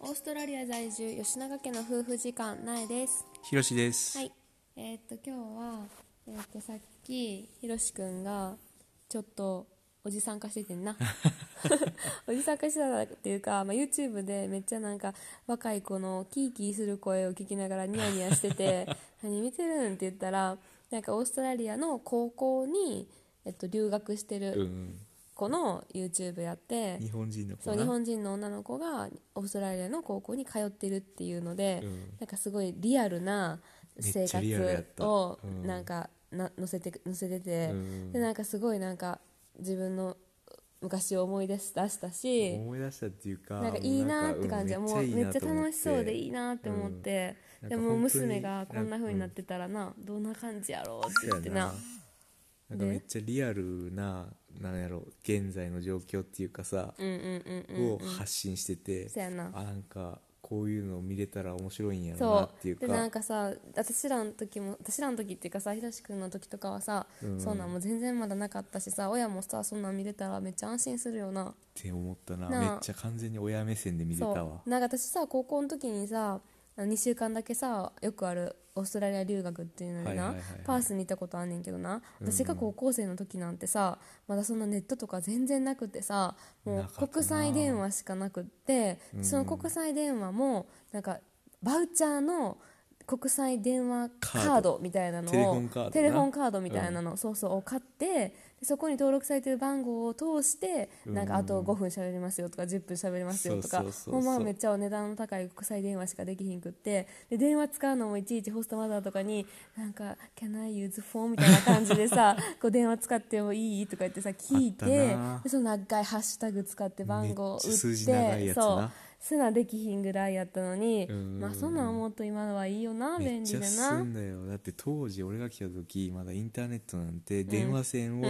ーストラリア在住吉永家の夫婦時間苗ですひろしです。はいえーっと今日は、えーっとさっきひろしくんがちょっとおじさん化しててん なおじさん化してたっていうか、まあ、YouTube でめっちゃなんか若い子のキーキーする声を聞きながらニヤニヤして て何見てるんって言ったらなんかオーストラリアの高校に、えっと、留学してうるん。子の YouTube やって、日本人の子そなう日本人の女の子がオーストラリアの高校に通ってるっていうので、うんなんかすごいリアルな生めっちゃリアルやっ活たをうんなんかな載せて載せてて、うんでなんかすごいなんか自分の昔を思い出し出したし思い出したっていうか、なんかいいなーって感じはももううめなっんちゃかうん楽しそうでいいななって思って、うでんなんもか本当に娘がこんな風になってたらなどんな感じやろうって言ってな。と思って。なんかめっちゃリアルな、なんやろ、現在の状況っていうかさ、うんうんうんうんを発信してて、そうやなあ、なんか、こういうのを見れたら面白いんやろうなそっていううでなんか、かさ私らの時も私らの時っていうかさひろしくんの時とかはさ、うんそんなんもう全然まだなかったしさ親もさそんなん見れたらめっちゃ安心するよなって思ったな。なあめっちゃ完全に親目線で見れたわそ。うなんか私さ高校の時にさ2週間だけさよくあるオーストラリア留学っていうのにな、はいはいはいはいパースに行ったことあんねんけどなうん私が高校生の時なんてさまだそんなネットとか全然なくてさもなかったうな国際電話しかなくってうんその国際電話もなんかバウチャーの国際電話カードみたいなのをテレフォンカードなテレフォンカードみたいなの、そうそうを買ってでそこに登録されてる番号を通してうんなんかあと5分喋りますよとか10分喋りますよとかそうそうそうそうほんまはめっちゃお値段の高い国際電話しかできひんくってで電話使うのもいちいちホストマザーとかになんか「Can I use phone?」みたいな感じで さこう電話使ってもいいとか言ってさ聞いあてったなでその長いハッシュタグ使って番号を打ってめっちゃ数字長いやつなそうすなできひんぐらいやったのにうんまあそんなん思うと今のはいいよなめっ便ち利ゃだ進なんだよだって当時俺が来た時まだインターネットなんて電話線を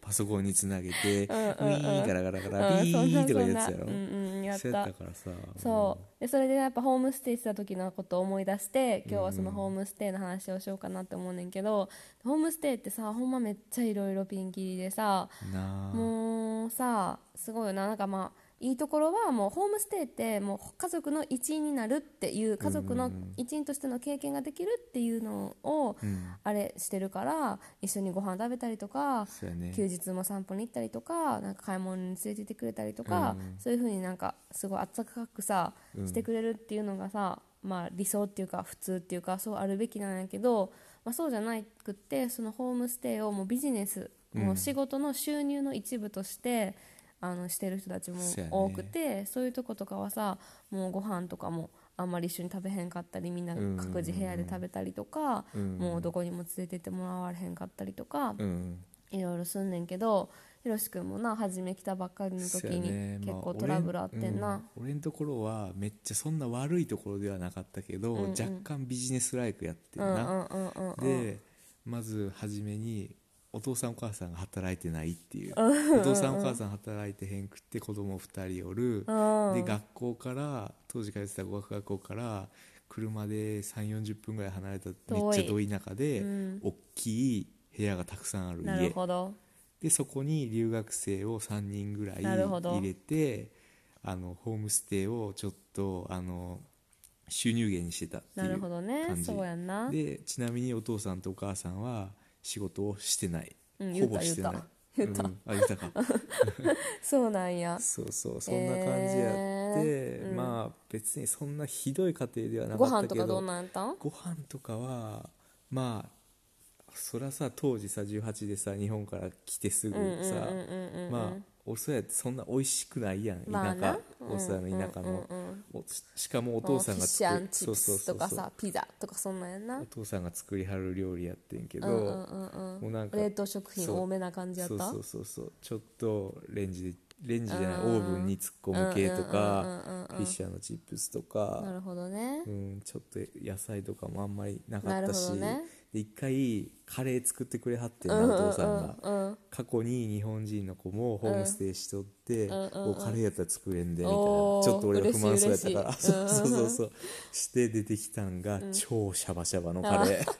パソコンにつなげてウんうんィーガラガラガうラんビそんなーとかいうやつやそろんなうんうんやっそうやったたからさそうでそれでやっぱホームステイしてた時のことを思い出して今日はそのホームステイの話をしようかなって思うねんけど、ホームステイってさほんまめっちゃいろいろピンキリでさうんなあもうさすごいよななんかまあいいところはもうホームステイってもう家族の一員になるっていう家族の一員としての経験ができるっていうのをうんあれしてるから一緒にご飯食べたりとかそうやね休日も散歩に行ったりとかなんか買い物に連れて行ってくれたりとか、うんそういうふうになんかすごい温かくさうんしてくれるっていうのがさ、まあ、理想っていうか普通っていうかそうあるべきなんやけど、まあ、そうじゃなくってそのホームステイをもうビジネス、うんもう仕事の収入の一部としてあのしてる人たちもそうやね多くてそう,、いうとことかはさもうご飯とかもあんまり一緒に食べへんかったりみんな各自部屋で食べたりとか、うんもうどこにも連れてってもらわれへんかったりとか、うんいろいろすんねんけどひろしくんもな初め来たばっかりの時そうやにね結ま構トラブルあってんな、俺,、うん、俺のところはめっちゃそんな悪いところではなかったけど、うんうん若干ビジネスライクやってうんんな、うんうんうんうんでまず初めにお父さんお母さんが働いてないっていうお父さんお母さん働いてへんくって子供2人おるうんで学校から当時通ってた語学学校から車で3 4 0分ぐらい離れためっ遠いちゃ遠い中で、うん大きい部屋がたくさんあるなる家ほどでそこに留学生を3人ぐらいなるほど入れてあのホームステイをちょっとあの収入源にしてたっていなうるほどね感じそうやんなでちなみにお父さんとお母さんは仕事をしてない、うんほぼしてない言うたうんあ言 ったかそうなんやそうそうそんな感じやって、えーうんまあ別にそんなひどい家庭ではなごかっ飯たとけどかどうなんやったんご飯とかはまあそりゃさ当時さ18でさ日本から来てすぐうんうんうんさ、うんうんまあおそやってそんな美味しくないやん田まあ舎、なおそやの田舎の、うんうんうんおししかもおもう父さんフがィッシュアンチッそうプそうスとそうかそうさピザとかそんなんやんなお父さんが作りはる料理やってんけど、うんうんうんもううなんんか冷凍食品そう多めな感じやったそうそうそうそうちょっとレンジでレンジじゃない、うんオーブンに突っ込む系とか、うんうんうんうんうんフィッシャーのチップスとなか、るほどねうん、ちょっと野菜とかもあんまりなかったなしるほどねで一回カレー作ってくれはってんうな、んうおん父さんが、うんうん過去に日本人の子もホームステイしとって、うんうんうんおカレーやったら作れんでみたいなちおーょっと俺が不満そうやったから嬉しいそう嬉しいそうそうそうして出てきたんが、超シャバシャバのカレー。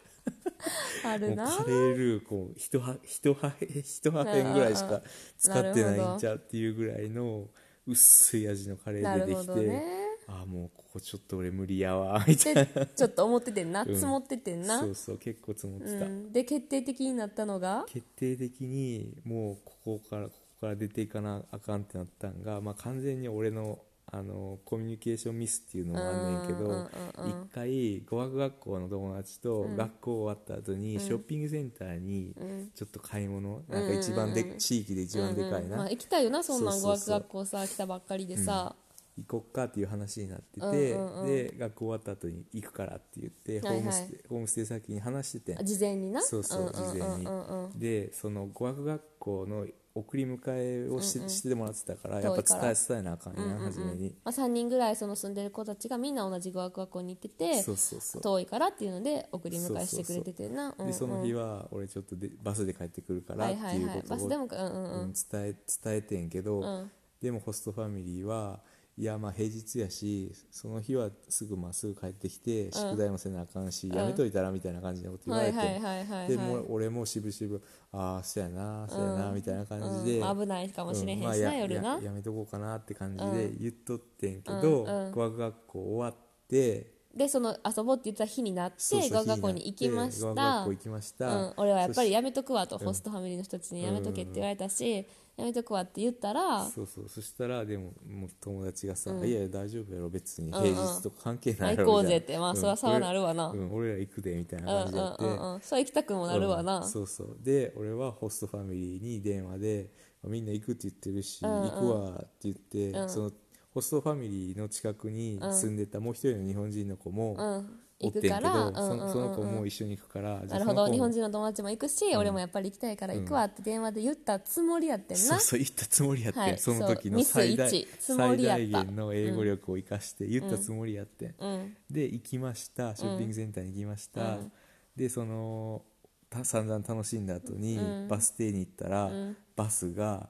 あもるうなカレールーこう一は一は一破片ぐらいしうんうんうかん使ってないんちゃうっていうぐらいの薄い味のカレーな出るてほきて、どねあああもうここちょっと俺無理やわみたいなでちょっと思っててんなうん積もっててんな、うそんうそう結構積もってた、で決定的になったのが決定的にもうここからここから出ていかなあかんってなったんが、まあ、完全に俺のあのコミュニケーションミスっていうのもあんねんけうんうんどうんうん一回語学学校の友達と学校終わった後にショッピングセンターにちょっと買い物、なんか一番で、地域で一番でかいな、うんうんまあ、行きたいよなそんなそんう語学そうそう学校さ来たばっかりでさ、行こっかっていう話になってて、うんうんうんで学校終わった後に行くからって言ってホはいはいームステイ、ホームステイ先に話しててん事前になそうそう事前に、うんうんうんでその語学学校の送り迎えをし,、してもらってたからやっ遠いぱか伝らえ伝えなあかんやん、初めにまあ、3人ぐらいその住んでる子たちがみんな同じ語学学校に行っててそうそうそう遠いからっていうので送り迎えしてくれててなうんうんでその日は俺ちょっとでバスで帰ってくるからはっいてはいいうはこいとをバスでもうんうんううんん伝え伝えてんけど、んでもホストファミリーはいやまあ平日やしその日はすぐまあすぐ帰ってきて宿題もせなあかんし、やめといたらみたいな感じのこと言わはれいて、はいはいはいではもい俺もしぶしぶああそうやなそうやな、みたいな感じで、うん危ないかもしれへんしなまあや夜なややめとこうかなって感じで言っとってんけど、うんうん語学学校終わってでその遊ぼうって言ってた日になってそうそう語学学校に行きまし日になたって語学学校行きましうた、ん、俺はやっぱりそしやめとくわと、うんホストファミリーの人たちにやめとけって言われたし、やめとくわって言ったらそうそうそしたらでももう友達がさ、うんいやいや大丈夫やろ別にうんうん平日とか関係ないや行ろこうみたぜいなってまあそりゃそうなるわな、うん俺ら行くでみたいなうんう感じんでやって、うんうんそう行きたくもなるわな、うんそうそうで俺はホストファミリーに電話でみんな行くって言ってるし、うんうん行くわって言って、うんそのホストファミリーの近くに住んでたもう一人の日本人の子うもん、おっ行てんくけど、から、うんそうんうんうんその子も一緒に行くから、じゃなあるそほの子ども日本人の友達も行くし、俺もやっぱり行きたいから行くわって電話で言ったつもりやってんそな、うそう言ったつもりやってん、はいその時そうのミス最大一つも最りやった大限の英語力を生かして言ったつもりやってん、うんで行きましたショッピングセンターに行きました、でそのた散々楽しんだ後に、バス停に行ったら、バスが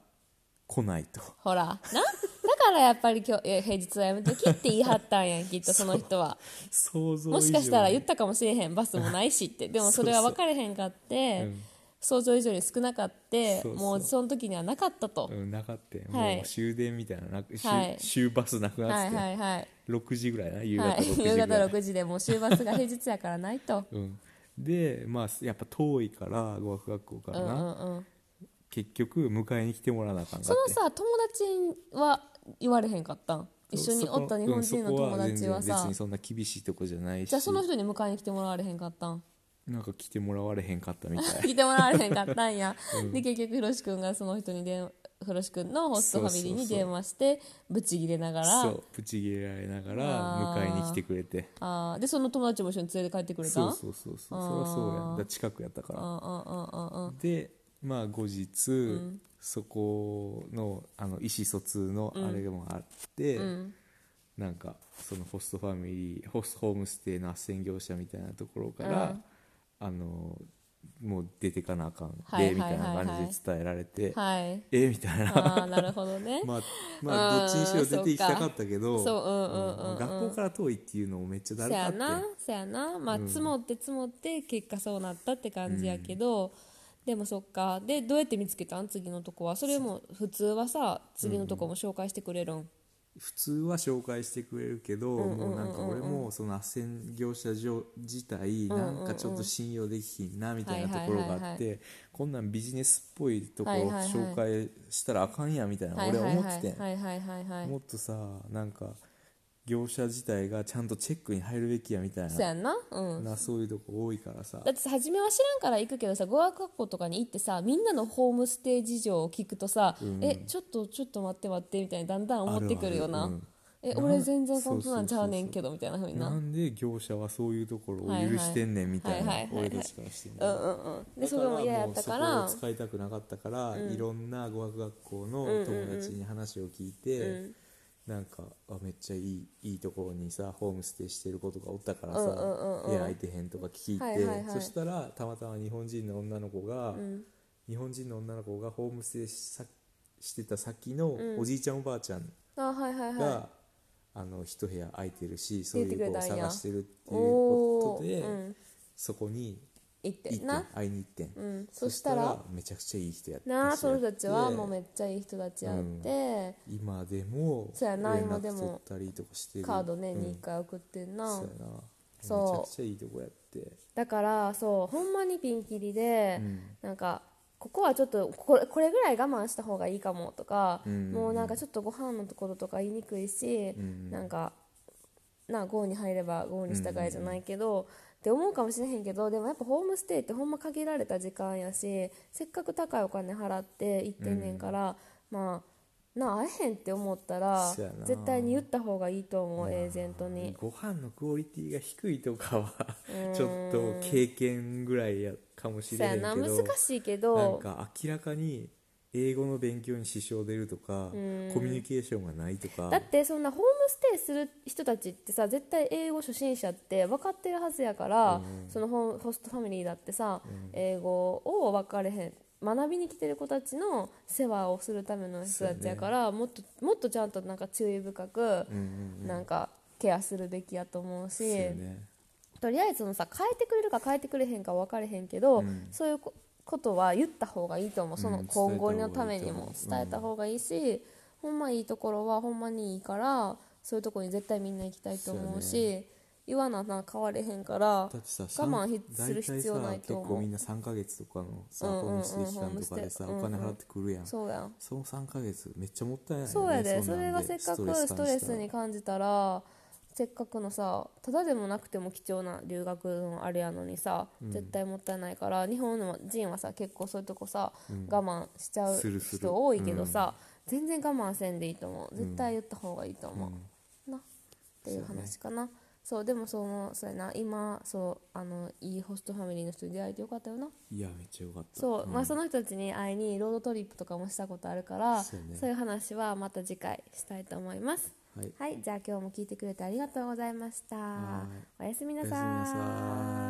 来ないとほらなだからやっぱり今日いや平日はやめときって言い張ったんやんきっとその人 は想像以上にもしかしたら言ったかもしれへんバスもないしってでもそれは分かれへんかってうん想像以上に少なかってそうそうもうその時にはなかったと、うん、なかったよ、はいもう終電みたいななく終,、はい終バスなくなっはていて、はいはい6時ぐらいな夕方は6時いぐら夕い、方6時でもう終バスが平日やからないとうん、でまあやっぱ遠いから語学学校かうらんう な、んうん結局迎えに来てもらわなあかんかそっのてさ友達は言われへんかったん一緒におった日本人の友達はそこうんそこ全然さ、別にそんな厳しいとこじゃないしじゃあその人に迎えに来てもらわれへんかったんなんか来てもらわれへんかったみたい来てもらわれへんかったんや、 で結局ひろし君がその人に電話ひろし君のホストファミリーに電話してブチギレながらそうプチ切れられながらあー迎えに来てくれてあーでその友達も一緒に連れて帰ってくれたそんうそうそうそうそりゃそうやんだから近くやったうかんうんうんうんうらんでまあ後日、そこのあの意思疎通のあれもあって、んなんかそのホストファミリーホストホームステイの斡旋業者みたいなところから、あのもう出てかなあかんで、はいみはたいいなはいはい感じで伝えられて、はい え みたいなああなるほどね まあ、うまあんどっちにしろ出て行きたかったけどそううんうんうんうんうん学校から遠いっていうのもめっちゃだそるかやってなそやなまあ積もって積もって結果そうなったって感じやけど、でもそっかでどうやって見つけたん次のとこはそれも普通はさ次のとこも紹介してくれるん、普通は紹介してくれるけど、もうなんか俺もその斡旋業者上自体なんかちょっと信用できひんなみたいなところがあって、はいはいはいこんなんビジネスっぽいところはいはいはい紹介したらあかんやみたいなはい俺はい思はっいててん、はいはいはいはいもっとさなんか業者自体がちゃんとチェックに入るべきやみたいそうやなんなうんなそういうとこ多いからさだってさ初めは知らんから行くけどさ語学学校とかに行ってさみんなのホームステイ事情を聞くとさ、えちょっとちょっと待って待ってみたいにだんだん思ってくるよなあるあるうんえな俺全然そんなんちゃうねんけどみたいなふうにななんで業者はそういうところを許してんねんみたいはいなはいはいはい俺たちからしてんねんうんうんうんでそれも嫌やったかだからもらうそこを使いたくなかったから、いろんな語学学校の友達に話を聞いて、なんかあめっちゃいいいいところにさホームステイしてる子とかおったからさうんうんうんうん部屋空いてへんとか聞いて、はいはいはいそしたらたまたま日本人の女の子が、日本人の女の子がホームステイさしてた先のおじいちゃんおばあちゃんあはいはいが、はあの一部屋空いてるしそうい言ってくうれ子たんをや探してるっていうおことで、ーうんそこに行って一んな点会いに行ってん、うんそしたらめちゃくちゃいい人やってなあ知そりの合って人たちはもうめっちゃいい人たちやって、今でもそうやな今でも連絡取ったりとかしてるカードね、う二ん2回送ってんなそうやなそうめちゃくちゃいいとこやってだからそうほんまにピンキリで、うんなんかここはちょっとこれこれぐらい我慢した方がいいかもとか、うんもうなんかちょっとご飯のところとか言いにくいし、んなんかな郷に入れば郷に従えじゃないけど、って思うかもしれへんけどでもやっぱホームステイってほんま限られた時間やしせっかく高いお金払って行ってんねんから、まあなあ会えへんって思ったらそうやな絶対に言った方がいいと思うエージェントに。ご飯のクオリティが低いとかはうんちょっと経験ぐらいやかもしそうれへやんけなど難しいけなんどか明らかに英語の勉強に支障出るとかうんコミュニケーションがないとかだってそんなホームステイする人たちってさ絶対英語初心者って分かってるはずやから、そのホームホストファミリーだってさ、英語を分かれへん学びに来てる子たちの世話をするための人たちやから、もっともっとちゃんとなんか注意深く、うんうんなんかケアするべきやと思うし。そうやねとりあえずそのさ変えてくれるか変えてくれへんか分かれへんけど、うんそういうこことは言った方がいいと思うそのうん今後のためにも伝伝ええたた方方がいいし、ほんまいいところはほんまにいいからそういうところに絶対みんな行きたいと思うそうし言わなな変われへんからだってさ我慢する必要ないと大体さ結構思みんうな3ヶ月とかのさうんうんうんホームステイ期間とかでさホーおムステ金イ払ってくるやんそうやんその3ヶ月めっちゃもったいないよねそうやでんそなんれがせっかくストレスに感じたらせっかくのさただでもなくても貴重な留学のあれやのにさ、絶対もったいないから日本の人はさ結構そういうとこさ、我慢しちゃうするする人多いけどさ、全然我慢せんでいいと思う絶対言った方がいいと思う、なっていう話かなそう,、でもそのそうやな今そうあのいいホストファミリーの人に出会えてよかったよないやめっちゃよかったそう、まあ、んその人たちに会いにロードトリップとかもしたことあるからそそうう,、ねいう話はまた次回したいと思いますはいはいじゃあ今日も聞いてくれてありがとうございましたはおやすみなおやすみさなさーい